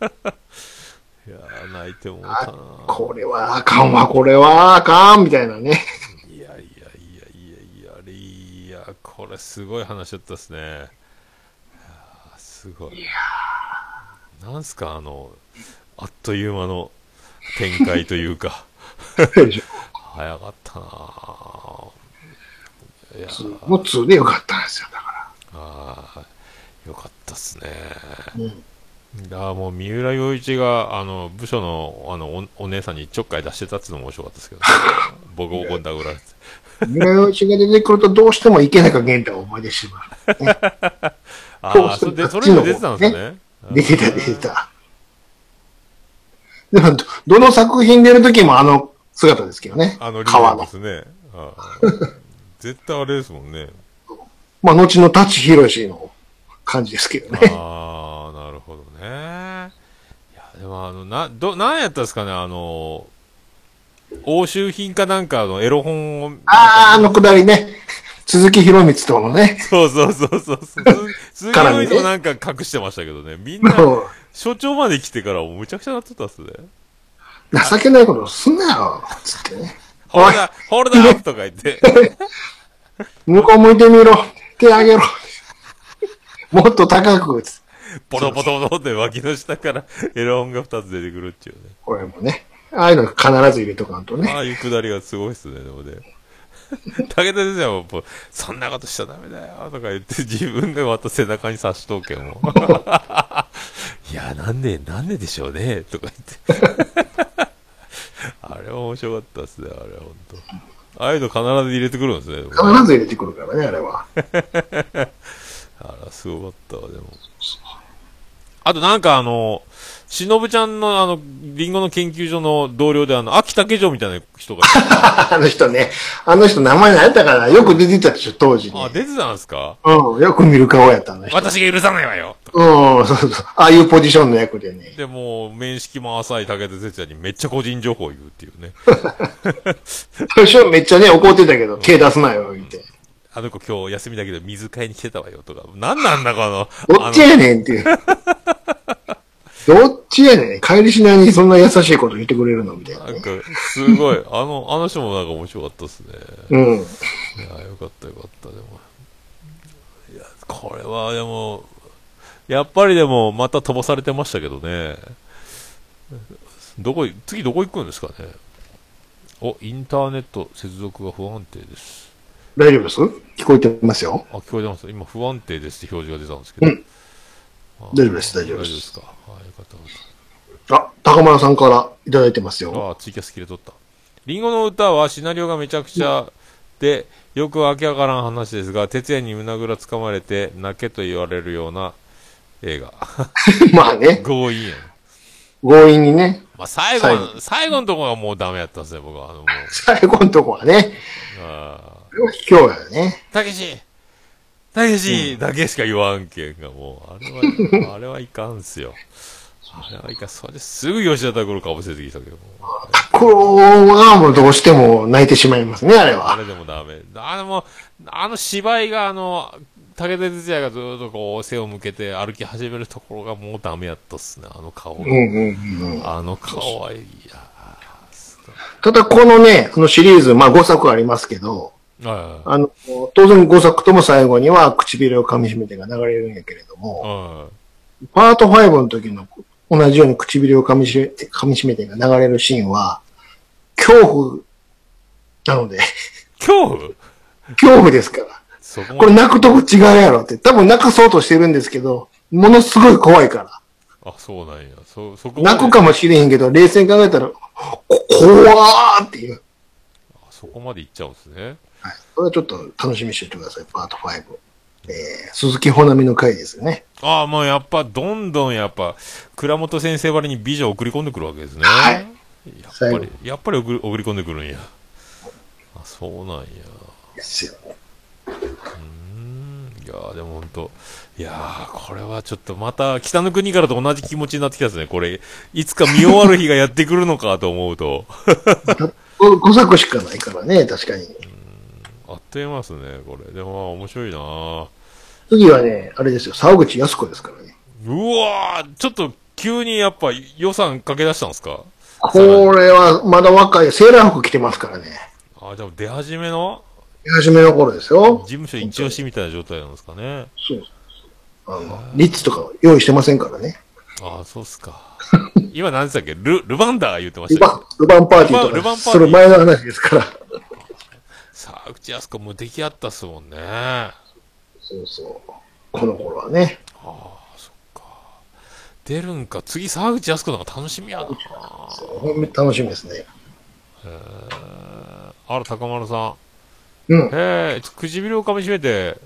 ー、泣いてもうたな
これはあかんわ、これはあかん、みたいなね。
いやいやいやいやいや、あれいや、これすごい話だったですね。いやーすごい。なんすか、あの、あっという間の展開というか。 早かったなぁいやー
もう2でよかったんですよ、だか
ああ、よかったっすね。
ら。うん
ああ、もう三浦洋一が、あの、部署の、あの、おお姉さんにちょっかい出してたっていうのも面白かったです けど、ボコボコに殴られて。
三浦洋一が出てくるとどうしても池中玄太を思い出してしま
ああ、それで、それで出てたんですよね。
う。出てた、出てた。でも、どどの作品出る時もあの姿ですけどね。
あの、リ
川
で
の。
すね。あ ー絶対あれですもん ね。
まあ、後の舘ひろしの感じですけどね。
ああ、なるほどね。いや、でもあの、な、ど、なんやったですかね、あの、押収品かなんかのエロ本を、
あー、あのくだりね。鈴木博光とのね。
そうそうそう そうそう。鈴木
からね
の人なんか隠してましたけどね。みんな、
もう
所長まで来てからもうむちゃくちゃなっとったっ すね。
情けないことすんなよ。つってね。
ホルダー、ホルダーとか言って。
向こう向いてみろ。手あげろ。もっと高く。つって
ポトポトポトって脇の下から エロ音が2つ出てくるっていうね。
これもね。ああいうの必ず入れとかんとね。
ああいうくだりがすごいっすね、でもね。 武田先生はもう、そんなことしちゃダメだよとか言って、自分がまた背中に刺しとうけんも。 いや、なんで、なんででしょうね、とか言って。 あれは面白かったっすね、あれは本当。ああいうの必ず入れてくるんですね。でも
必ず入れてくるからね、あれは。
あら、すごかったわ、でも。あとなんかあの、しのぶちゃんのあの、リンゴの研究所の同僚であの、秋竹城みたいな人が、
あの人ね。あの人名前何やったからよく出てたでしょ、当時
あ、
ね。
出てたんですか
うん、よく見る顔やったん だ人。
私が許さないわよと
うん、そうそう。ああいうポジションの役でね。
で、もう、面識も浅い武田哲也にめっちゃ個人情報を言うっていう ね。
最初めっちゃね、怒ってたけど、手出すなよ、言って。
あの子今日休みだけど水買いに来てたわよとか、なんなんだこの、
ど
あ
っちやねん っていう。どっちやねん。帰りしないにそんな優しいこと言ってくれるのみたい
の、
な
なん
ね。
か、すごい、あの、あの人もなんか面白かったですね。
うん。
いやよかったよかったでもいやこれはでもやっぱりでもまた飛ばされてましたけどねどこ次どこ行くんですかねおインターネット接続が不安定です
大丈夫です聞こえてますよ。
あ聞こえてます今不安定ですって表示が出たんですけど、
うん
あ
大丈夫です大丈夫です
かあよかったよかった
あ、高村さんからいただいてますよ。
ああ、ツイキャス切れとった。リンゴの歌はシナリオがめちゃくちゃで、よくわけわからん話ですが、徹夜に胸ぐらつかまれて泣けと言われるような映 画。
まあね、
強引やん。
強引にね。
まあ、最後の、最後のところがもうダメやったんですね、僕は。あの、もう。
最後のとこはね、
ああ
これは卑怯やね。
たけしたけしだけしか言わんけんが、もう、あれ は、あれはいかんすよ。あれはいかん。それですぐ吉田拓郎かぶせてきたけども。
これはもうどうしても泣いてしまいますね、あれ
あ
は。
れでもダメ。あの、もうあの芝居が、あの、武田鉄矢がずっとこう、背を向けて歩き始めるところがもうダメやったっすね、あの顔が。
うんうんうん。
あの顔はいいや。
ただこのね、そのシリーズ、まあ5作ありますけど、
は
あの、当然5作とも最後には唇を噛み締めてが流れるんやけれど
い。
も、
は
パート5の時の同じように唇を噛み締めて噛み締めてが流れるシーンは、恐怖なので、
い。恐怖
恐怖ですから。
そこ
これ
まで。
泣くとこ違うやろって。多分泣かそうとしてるんですけど、ものすごい怖いから。
あ、そうなんや。そ、そこまで
泣くかもしれへんけど、冷静に考えたら、こ怖ーっていう。
あそこまで行っちゃうんですね。
はい。これはちょっと楽しみにしておいてください。パート5。えー、鈴木ほなみの回ですよね。
ああ、もうやっぱ、どんどんやっぱ、倉本先生ばりに美女を送り込んでくるわけですね。
はい
やっ
最
ぱ
後
り、やっぱり送り送り込んでくるんや。あ、そうなんや。
ですよ。
いやーでも本当、いやーこれはちょっとまた北の国からと同じ気持ちになってきたですね、これ、いつか見終わる日がやってくるのかと思うと、
5作しかないからね、確かに。
あっという間ですね、これ、でもまあ面白いなー
次はね、あれですよ、沢口靖子ですからね。
うわー、ちょっと急にやっぱ予算かけ出したんですか、
これはまだ若い、セーラー服着てますからね。
あでも出始めの
初めの頃ですよ
事。務所一押しみたいな状態なんですかね、
そうそうそうあの、リッツとか用意してませんからね。
ああ、そうっすか、今、何でしたっけ、ルルバンダー言ってま
ル
した
バ
け
ン
ど、、
ルバンパーティ
ル
ーと
バン
か、
パーティー
その前の話ですから。
さあ、口あすこも出来合ったっすもんね、あ
そうそう。この頃はね。
あ、そっか、出るんか、次、沢口あすこの方が楽しみやな。
ほんま楽しみですね。
あら、高丸さ
うん
ん。。へえ、唇をかみしめて、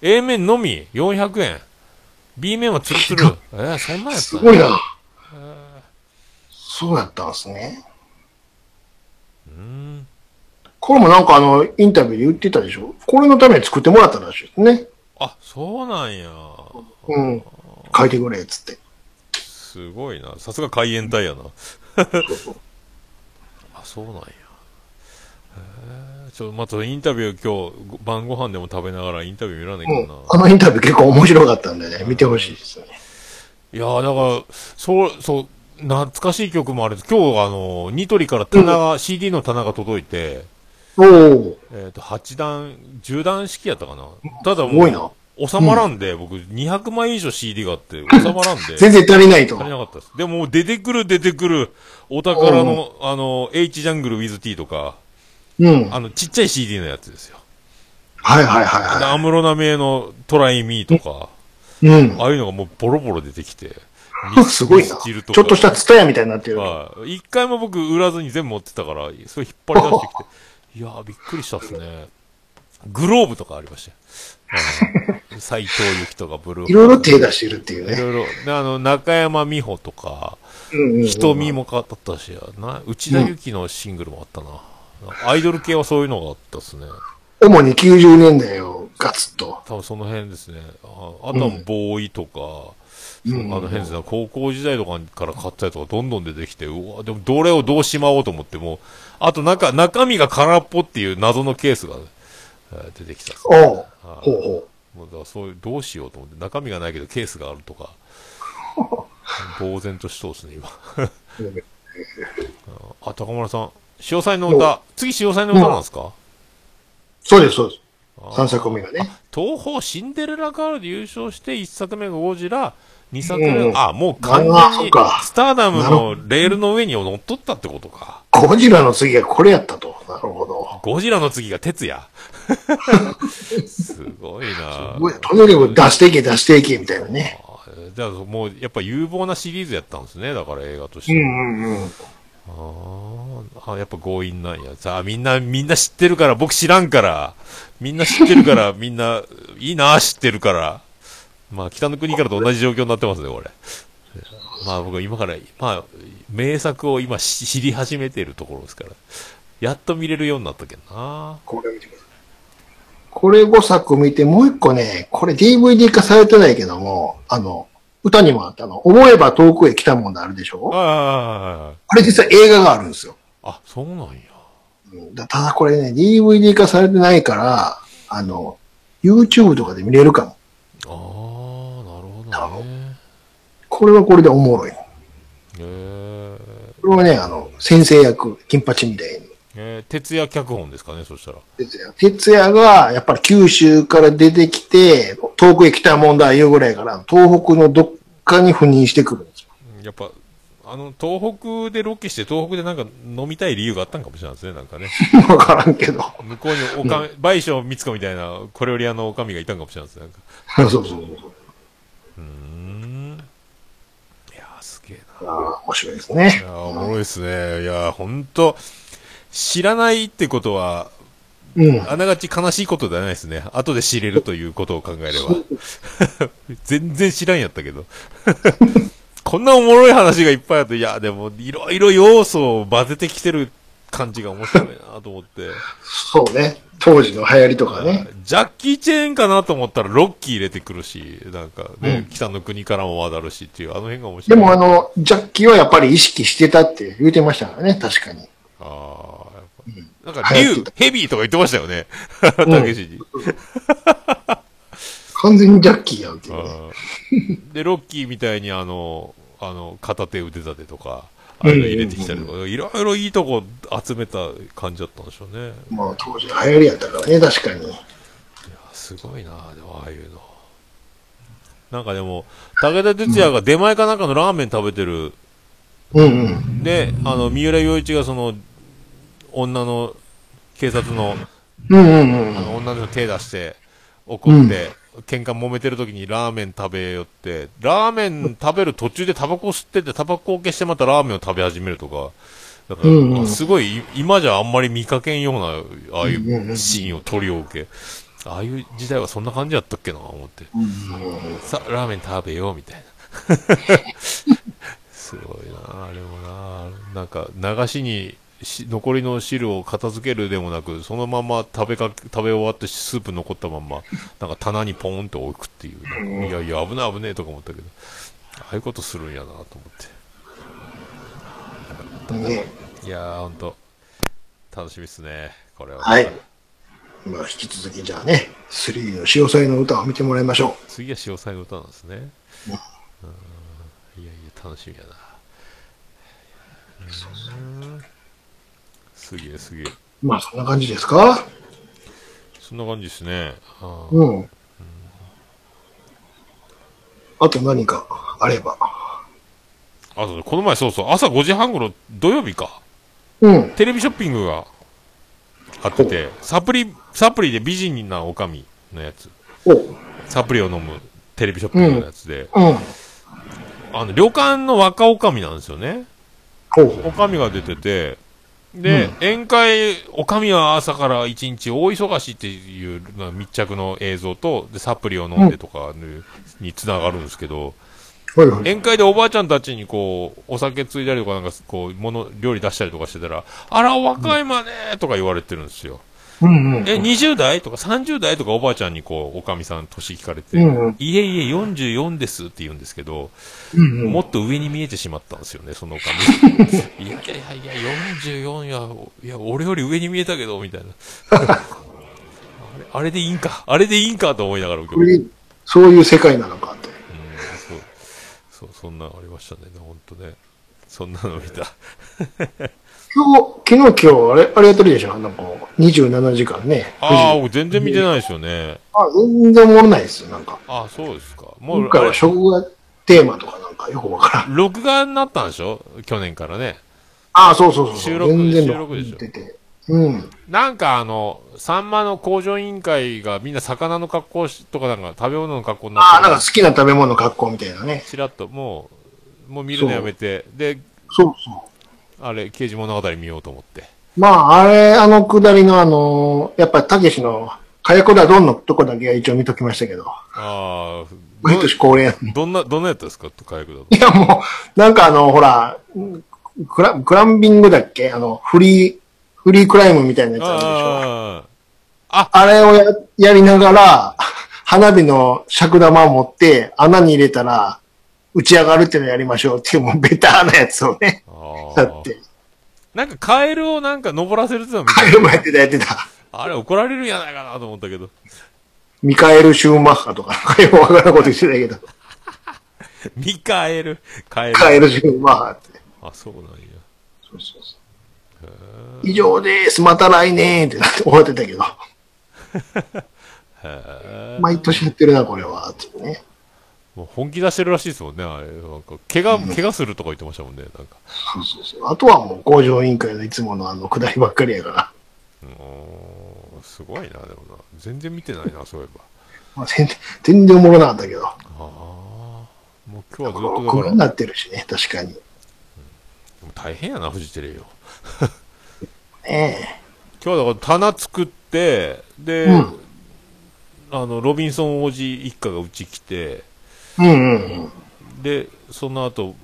A 面のみ400円。B 面はツルツル。えー、そんなんやった
す
ね
ごいな。そうやったんですね。
うーん。
これもなんかあの、インタビューで言ってたでしょ。これのために作ってもらったらしいですね。
あ、そうなんや。
うん。書いてくれ、っつって。
すごいな。さすが海援隊やな。 あ、そうなんや。へえ、ちょ、またインタビュー今日ご晩ご飯でも食べながらインタビュー見らな
う
い
ん
かな。。
あのインタビュー結構面白かったんでね、見てほしいですよね。
いやーだから、そう、そう、懐かしい曲もあるんです。今日、あの、ニトリから棚が、CD の棚が届いて、
おー。
えっ、と、8段、10段式やったかな。ただ
すごいな
もう、収まらんで、僕、200枚以上 CD があって、収まらん で、足
全然足りないと。
りなかったです。でも、出てくる出てくる、お宝の、あの、H ジャングル WithT とか、
うん。はい
あの、ちっちゃい CD のやつですよ。
はいはい
で
は
安室奈美恵のトライミーとか、
い。うん。、
ああいうのがもうボロボロ出てきて
すごいな。
ミスチル
ち
と
ょ
か
っとしたツタヤみたいになってる。
はい。一回も僕売らずに全部持ってたから、それ引っ張り出して きて、いやー、びっくりしたっすね。グローブとかありましたよ。斎藤由貴とかブルー。
いろいろ手出してるっていう
い
ね。
ろいろ。であの、中山美穂とか、
うんうん。
瞳も変わったし、な、内田由紀のシングルもあったな。アイドル系はそういうのがあったっすね。
主に90年代をガツッと。
多分その辺ですね。ああとはボーイとか、そうあの辺ですね。高校時代とかから買ったやつがどんどん出てきて、うわ、でもどれをどうしまおうと思っても、あと中、中身が空っぽっていう謎のケースが、えー出てきたっすね。
おう。ほうほ
もうだからそういう、どうしようと思って、中身がないけどケースがあるとか、呆然としそうですね、今。
う。
あ、高村さん、潮祭の歌、次潮祭の歌なんですか、
そうです、そうです。
あー
3作目がね。
東宝シンデレラガールで優勝して、1作目がゴジラ、2作目、
うん
あ、もう完
あー
全
そう
に
か、
スターダムのレールの上に乗っ取ったってことか。
ゴジラの次がこれやったと。なるほど。
ゴジラの次が鉄 也。すごいな
もうとにかく出していけ、出していけ、みたいなね。
あーじゃあ、もう、やっぱ有望なシリーズやったんですね。だから映画とし
う
て。
んうんうん。
あーあ、やっぱ強引なんや。さあ、みんな、みんな知ってるから、僕知らんから。みんな知ってる から、みんな、いいな、知ってるから。まあ、北の国からと同じ状況になってますね、これ。まあ、僕今から、まあ、名作を今し知り始めているところですから。やっと見れるようになったけどな。
これ見てください。これ5作見て、もう一個ね、これ DVD 化されてないけども、あの、歌にもあったの、思えば遠くへ来たもんあるでしょ
あ
あれ実は映画があるんですよ。
あ、あ、そうなんや。
うんだただこれね、DVD 化されてないから、あの、YouTube とかで見れるかも。
ああ、なるほどね。
これはこれでおもろい。
ええ
これはね、あの、先生役、金八みたいに
えー、徹夜脚本ですかね、そしたら。
哲也。哲也が、やっぱり九州から出てきて、遠くへ来たもんだ、いうぐらいから、東北のどっかに赴任してくるんですよ。
やっぱ、あの、東北でロケして、東北でなんか飲みたい理由があったんかもしれないですね、なん かね。
わからんけど。
向こうにおかみ、倍賞三つ子みたいな、小料理屋のおかみがいたんかもしれないですね。なんか
そうそうそう。
うーん。いやー、すげえな。
ああ、面白いですね
い。やー、おもろいですね。いやー、ほんと、知らないってことは、
うん。
あながち悲しいことではないですね。後で知れるということを考えれば。全然知らんやったけど。こんなおもろい話がいっぱいあって、いや、でも、いろいろ要素を混ぜてきてる感じが面白いなと思って。
そうね。当時の流行りとかね。
ジャッキー・チェーンかなと思ったら、ロッキー入れてくるし、なんか、ね北の国からも渡るしっていう、あの辺が面白
で
い。
もあの、ジャッキーはやっぱり意識してたって言うてましたからね、確かに。
ああ、やっぱ。なんか、竜、ヘビーとか言ってましたよね。
ん
たけしに。
完全にジャッキーやんけ、ね。
うんで、ロッキーみたいにあの、あの、片手腕立てとか、ああいうの入れてきたりとか、いろいろいいとこ集めた感じだったんでしょうね。
まあ当時流行りやったからね、確かに。
すごいなでもああいうの。なんかでも、武田鉄矢が出前かなんかのラーメン食べてる。
うんうん。
で、あの、三浦洋一がその、女の、警察の、
うんうんう
あ
ん。
の女の人手出して、怒って、喧嘩揉めてる時にラーメン食べよって、ラーメン食べる途中でタバコ吸ってて、タバコを消してまたラーメンを食べ始めるとか、だから
うんうん
すごい、い今じゃあんまり見かけんような、ああい
んうんう
うんシーンを取り受け、ああいう時代はそんな感じやったっけな、思って。さ、ラーメン食べよう、みたいな。 すごいなあれもななんか流しにし残りの汁を片付けるでもなくそのまま食べかけ食べ終わってスープ残ったまんまなんか棚にポーンと置くっていうなんかいやいや危ない危ねえとか思ったけどああいうことするんやなと思っ
ね。
ていやーほんと楽しみっすねこれは、
はい。まあ引き続きじゃあね、3の潮騒の歌を見てもらいましょ
次は潮騒の歌なんですねうんいやいや楽しみやなうんすげえすげえ
う。まあそんな感じですか
そんな感じですね。あー
うん。あと何かあれば。
あとね、この前そうそう、朝5時半頃、土曜日か。
うん。
テレビショッピングがあってて、サプリ、サプリで美人な女将のやつ。
おうん。
サプリを飲むテレビショッピングのやつで、あの、旅館の若女将なんですよね。
ほう。
女将が出てて、で、宴会、女将は朝から一日大忙しっていうな密着の映像と、で、サプリを飲んでとかに,、につながるんですけど、
はいはい。
宴会でおばあちゃんたちにこう、お酒ついだりとかなんか、こう、物、料理出したりとかしてたら、あら、お若いまねとか言われてるんですよ。
うんうん。
え、20代とか30代とかおばあちゃんにこう、おかみさん年聞かれて、
うんうん
いえいえ44ですって言うんですけど、
うんうん。
もっと上に見えてしまったんですよね、そのおかみ さん。いやいやいや、44や、いや、俺より上に見えたけど、みたいな。 あれあれでいいんか、あれでいいんかと思いながら受け
これでそういう世界なのかって。
うんそう、そう、そんなんありましたね、本当ね。そんなの見た。
今日、昨日今日、あれ、あれやってるでしょなんか、27時間ね。
ああ、
9時
僕全然見てないですよね。
あ、全然おもろないですよ、なんか。
ああ、そうですか。もう
今、回
あ
は
れ
食がテーマとかなんかよくわからん。
録画になったんでしょ去年からね。
ああ、そうそうそうそう。
収録
全然
収録でしょ
出て。うん。
なんかあの、サンマの工場委員会がみんな魚の格好しとかなんか食べ物の格好にな
ああ、
って
なんか好きな食べ物格好みたいなね。
ちらっと、もう、もう見るのやめて、で、
そうそ
あれ、刑事物語見ようと思って。
う。まあ、あれ、あのくだりのあのーやっぱたけしの火薬だどんのとこだけは一応見ときましたけど。
ああ、
毎年恒例や ん。い
どんな、どんなやったですか火薬だと。
や、もう、なんかあの、ほら、クラクランビングだっけあの、フリー、フリークライムみたいなやつあるでしょ。
あ
あれをややりながら、花火の尺玉を持って穴に入れたら、打ち上がるっていうのをやりましょうっていう、もうベターなやつをね
あ、、あ
だ
あ
っ。て、
なんかカエルをなんか登らせるってのみたい
帰る前ってたやってた。
あれ怒られるんやないかなと思ったけど。
ミカエル・シューマッハとか、なんかよくわからんこと言ってたけど、
ミカエル、カエル。
カエル・シューマッハって。
あ、そうなんや。
そうそうそ
へ
以上です、また来年ってなって終わってたけど、
へえ
毎年やってるな、これは、っていうね。
もう本気出してるらしいですもんね、あれ。なんか、怪我、怪我するとか言ってましたもんね、なんか。
そうそうそう。あとはもう工場委員会のいつものあの下りばっかりやから、
うーんすごいな、でもな。全然見てない な、そういえば。
まあ、全然、全然おもろなかったけど、
ああ。もう今日はずっと
こ
だ
う
か
な
ら、
ってるしね、確かに。
大変やな、フジテレビよ。
ね
今日はだから棚作って、で、
うん
あの、ロビンソン王子一家がうち来て、
え。うんうんうん。
で、その後、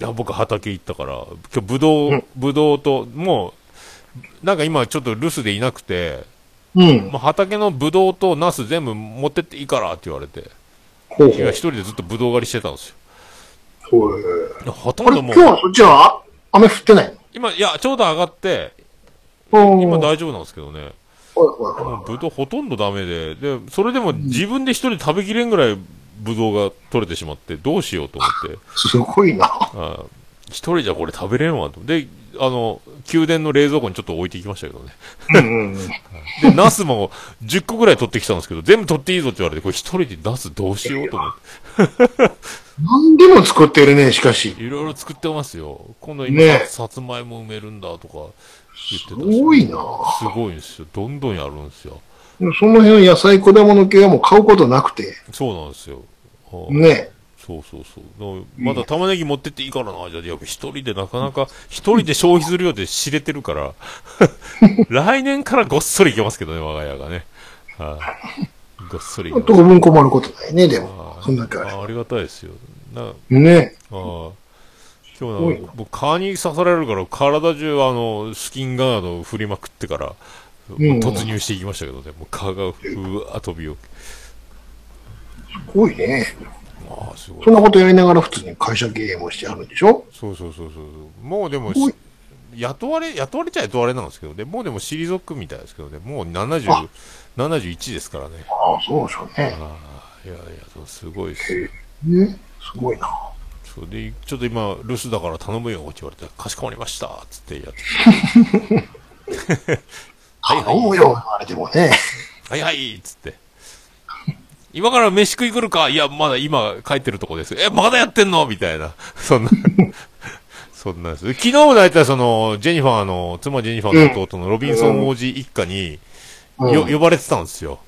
いや僕畑行ったから、今日ブド
う
ウ
ん、
ブドウと、もう、なんか今ちょっと留守でいなくて、
うん
も。う畑のブドウとナス全部持ってっていいからって言われて、
ほう
いや一人でずっとブドウ狩りしてたんですよ
ほう。へえ
いや。ほと
あ
ん
れ、
ども
今日
う、
はそっちは雨降ってない
今、いや、ちょうど上がって、
の
今
おー
大丈夫なんですけどね。
ほらほらほら
もうブドウほとんどダメで、で、それでも自分で一人で食べきれんぐらいブドウが取れてしまって、どうしようと思って、
すごいな。
あー一人じゃこれ食べれんわと。で、あの、宮殿の冷蔵庫にちょっと置いていきましたけどね。
うんうん。
で、ナスも10個ぐらい取ってきたんですけど、全部取っていいぞって言われて、これ一人でナスどうしようと思って。
何でも作ってるね、しかし。
いろいろ作ってますよ。今度今、
ねえ
さつまいも埋めるんだとか言ってたし
すごいな。
すごいんですよ。どんどんやるんですよ。
その辺の野菜果物系はもう買うことなくて。
そうなんですよ。はい
ね
そうそうそう。だからまだ玉ねぎ持ってっていいからな。じゃあ、いや一人でなかなか、一人で消費するようで知れてる から、来年からごっそりいけますけどね、我が家がね。はい。ごっそりいけ
え。
ます
当分困ることないね、でも
は。い
そんだけあれ
あありがたいですよ。な
ば。ね
あー今
ごい
日
な
な、僕、蚊に刺されるから、体中、あの、スキンガードを振りまくってから、もう
うん
突入していきましたけどね、もう蚊がふわー飛びを。
え。すごいね。
ああ、すごい
そん。なことやりながら普通に会社経営もしてあるんでしょ
そうそうそうそうそう。もうでも
すごい、
雇われ、雇われちゃ雇われなんですけどね、もうでも退くみたいですけどね、もう
あ
70、71ですからね。
ああ、そうでしょうね。
ああ、いやいや、そうすごいっ
へ
す。
ねすごいな。
そうで、ちょっと今、留守だから頼むよって言われて、かしこまりましたっつってやって、 はいはい
頼むよ、 あれでもね。
はいはいっつって。今から飯食い来るかいや、まだ今帰ってるとこです。え、まだやってんのみたいな。そ んな。そんなんです。昨日も大体その、ジェニファーの、妻ジェニファーの弟のロビンソン王子一家に、
うん
よ、呼ばれてたんですよ。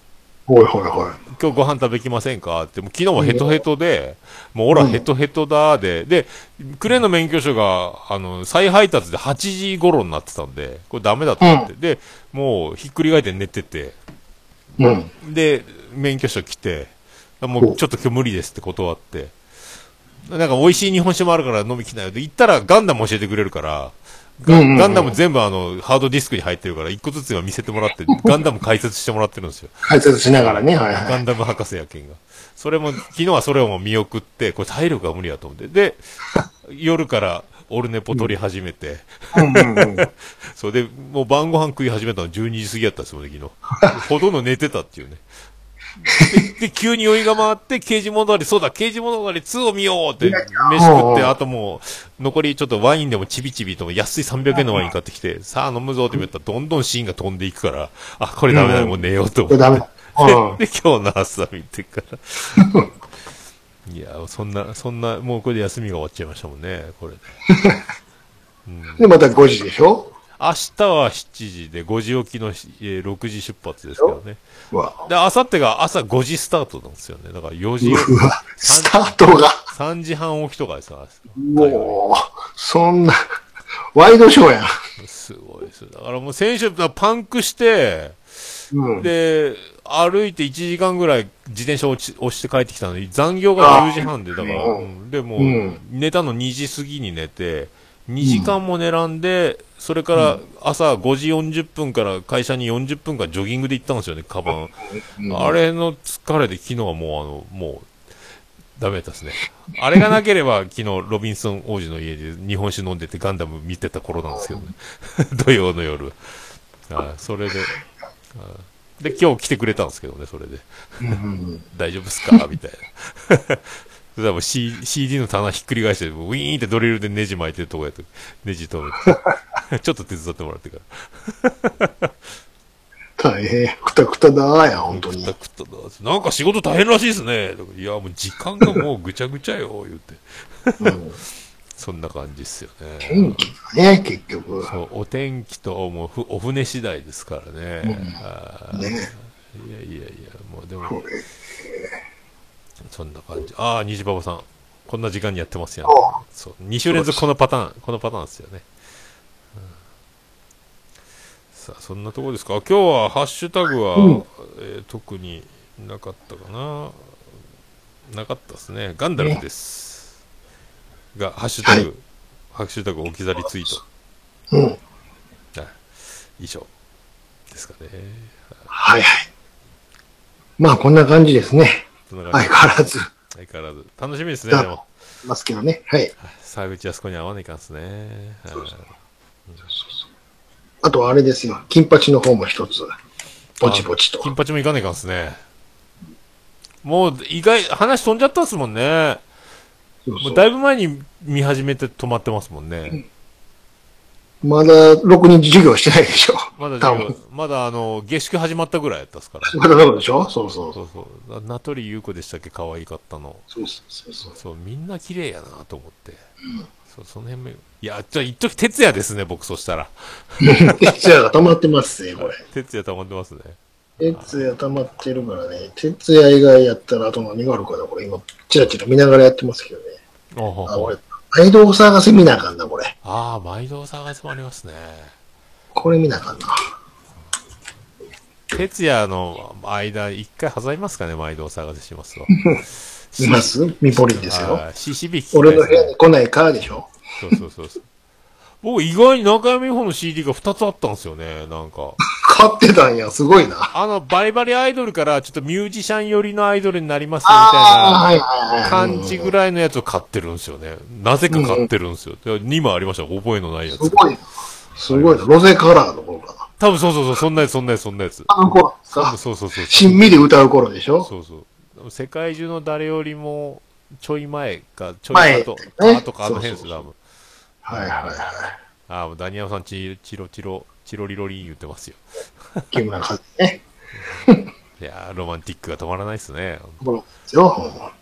おいおいおい。
今日ご飯食べきませんかって、もう昨日もヘトヘトで、もうオラ
うん
ヘトヘトだーで、で、クレーンの免許証が、あの、再配達で8時頃になってたんで、これダメだと思って、で、もうひっくり返って寝てて、
うん。
で、免許証来て、もうちょっと今日無理ですって断って、なんか美味しい日本酒もあるから飲み来なよで行ったらガンダム教えてくれるから、ガ
うんうんうん
ガンダム全部あの、ハードディスクに入ってるから、一個ずつ今見せてもらって、ガンダム解説してもらってるんですよ。
解説しながらね、はいは
ガ
い。
ンダム博士やけんが。それも、昨日はそれをもう見送って、これ体力が無理やと思って。で、夜からオルネポ取り始めて、
うんうん うん。
それで、もう晩ご飯食い始めたの12時過ぎやったんですよね、 昨日。ほとんど寝てたっていうね。で、で急に酔いが回って、刑事物語、そうだ、刑事物語2を見ようって、飯食って、あともう、残りちょっとワインでもちびちびと、安い300円のワイン買ってきて、さあ飲むぞって言ったら、どんどんシーンが飛んでいくから、あ、これダメだ、もう寝ようと
こ
思って。
れダメだ。うん。
で、今日の朝見て から。いや、そんな、そんな、もうこれで休みが終わっちゃいましたもんね、これで。
で、また5時でしょ
明日は7時で、5時起きの、えー6時出発ですけどね。
うわ。
で、明後日が朝5時スタートなんですよね。だから4時、
うわ、スタートが。
3時半起きとかでさ、
もう、そんな、ワイドショーやん。
すごいですよ。だからもう先週、パンクして、
うん。
で、歩いて1時間ぐらい自転車を押し押して帰ってきたのに、残業が10時半で、だから、
うん
うんで、も
う、
うん寝たの2時過ぎに寝て、2時間も狙んで、それから朝5時40分から会社に40分間ジョギングで行ったんですよね、カバン。あれの疲れで昨日はもう、あの、もう、ダメだったですね。あれがなければ、昨日、ロビンソン王子の家で日本酒飲んでてガンダム見てた頃なんですけどね。 土曜の夜。あそれで。あで、今日来てくれたんですけどね、それで。
うんうん
大丈夫っすかみたいな。 そしたらもう C- CD の棚ひっくり返して、ウィーンってドリルでネジ巻いてるとこやって、ネジ止めて。 ちょっと手伝ってもらってから。
大変、くたくただーや、本当に。
くったくっただなんか仕事大変らしいですね。とかいや、もう時間がもうぐちゃぐちゃよ、言って。
うん
そんな感じっすよね。
天気がね、結局。
そう、お天気と、もうふ、お船次第ですからね。あーい
ね。
やいやいや、もうでも、そんな感じ。ああ、虹パパさん。こんな時間にやってますやん。
あ
そう。2週連続このパターン、このパターンですよね。うんさあ、そんなところですか。今日はハッシュタグは、
うん
えー特になかったかな。なかったですね。ガンダルフです。が、ハッシュタグ、
は
ハッシュタグ置き去りツイー
うん。
ト。はい以上。ですかね。
はいはい。まあ、こんな感じですね。
そんな感
相
じ。
変わらず、
相変わらず。楽しみですね、
だ
でも。
ますけどね。はい。
沢口靖子に会わないかんですね。はい
あとはあれですよ。金八の方も一つ。ぼちぼちと
あ。金八も行かないかんですね。もう、意外、話飛んじゃったっすもんね。
そう
も
そう
うだいぶ前に見始めて止まってますもんね。
まだ、ろくに授業してないでしょ。
まだ
多
授業
分。、
まだあの、下宿始まったぐらいやったっすから。
まだそうでしょそうそうそ。
そううそう。な名取優子でしたっけ可愛かったの。
そうそうそう。
そう、みんな綺麗やなと思って。そう、その辺も、いや、じゃあ一時徹夜ですね、僕そしたら。
徹夜が溜まってますね、これ。
徹夜溜まってますね。
徹夜溜まってるからね。徹夜以外やったら、あと何があるかな、これ。今、チラチラ見ながらやってますけどね。
あ
あ、俺、アイドル探せ見なあかんな、これ。
あー、毎度探しもありますね。
これ見なあかんな。
徹夜の間、一回挟みますかね、毎度お探ししますわ。
見ますミポリンですよ。
あー CCB 聞きたい
俺
で
の
す
部屋
ね
に。来ないかでしょ
そうそうそうそう。僕、意外に中山美穂の CD が2つあったんですよね、なんか。
買ってたんや、すごいな。
あの、バリバリアイドルから、ちょっとミュージシャン寄りのアイドルになりますよ、み
ああ、
たい
はいはいは。
ない感じぐ
らい。
らいのやつを買ってるんですよね。なぜか買ってるんですよ。2枚ありました、覚えのないやつ
す。ごいな。すごいな。ロゼカラーの頃かな。
多分そうそうそう、そんなやつ、そんなやつ、そんなやつ。
あの頃です
多分
か。
そうそうそう。
しんみり歌う頃でしょ
そうそう。世界中の誰よりも、ちょい前か、ちょい
前
後、
ね
あとか、あの辺です、
そうそうそう
多分。
はいはいはい。
ああ、もうダニヤマさん、チチロチロ、チロリロリン言ってますよ。
木村和也ね。
いやー、ロマンティックが止まらないですね。
このですよ。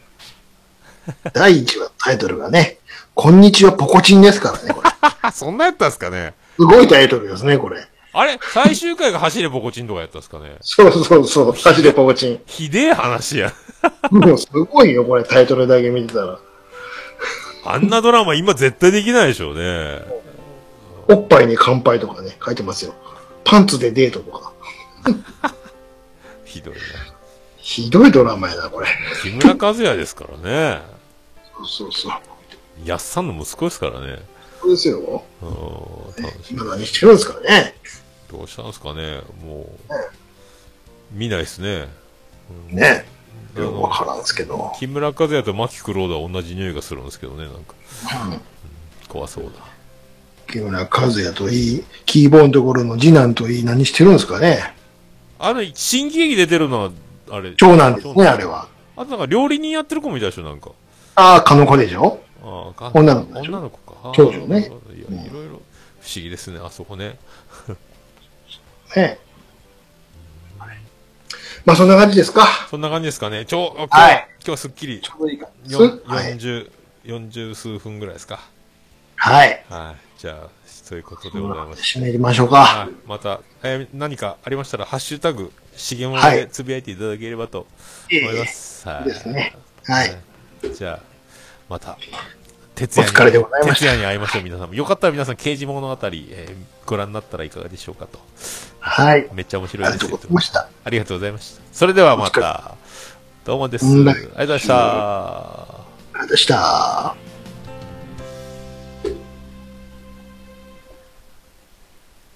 第一話タイトルがね、こんにちはポコチンですからね、これ。
あ、そんなやったんすかね
すごいタイトルですね、これ。
あれ最終回が走れぼこちんとかやったんすかね
そうそうそう、走でポコチン。
ひでえ話や。
もうすごいよ、これ、タイトルだけ見てたら。
あんなドラマ今絶対できないでしょうね。
おっぱいに乾杯とかね、書いてますよ。パンツでデートとか。
ひどいな。
ひどいドラマやな、これ。
木村和也ですからね。
そうそうそう。
やっさんの息子ですからね。
そうですよ。
うーん、楽しみ。
今何してるんですかね。
どうしたんすかねもう、見ないっすね。
ね。
あ
よく
の
わからんすけど。
木村和也と牧九郎は同じ匂いがするんですけどね、なんか。
うん
怖そうだ。
木村和也といい、キーボーンところの次男といい、何してるんですかね。
あの、新喜劇出てるのは、あれ。
長男ですね、あれは。
あとなんか料理人やってる子もいたでしょ、なんか。
ああ、かの子でしょ
ああ、か
女の子でしょ
女の子か。
長女ね
ああいや、
うん
いろいろ不思議ですね、あそこね。
ね。まあ、そんな感じですか。
そんな感じですかね。ちょう、今日、
はい
今日はすっきり
ち、ょうどいい感じです。
よん
はい。
40、40数分ぐらいですか。
はい。
はい。じゃあ、そういうことでございます。
締めましょうか
は。い。また、えー何かありましたら、ハッシュタグ、しげも
は
で
い
つぶやいていただければと
え
思いま
え
す。はい。
ですね。はい。
じゃあ、また、徹夜に
お疲れでございました
徹夜に会いましょう、皆さんも。よかったら皆さん、刑事物語、えーご覧になったらいかがでしょうかと。
はい。
めっちゃ面白
あ
い
りが
です
とうご
よ
ざい。ました。
ありがとうございました。それではま
お疲
た。どうもです。あ
う
り
ん
がとうございました。
ありがとうございました。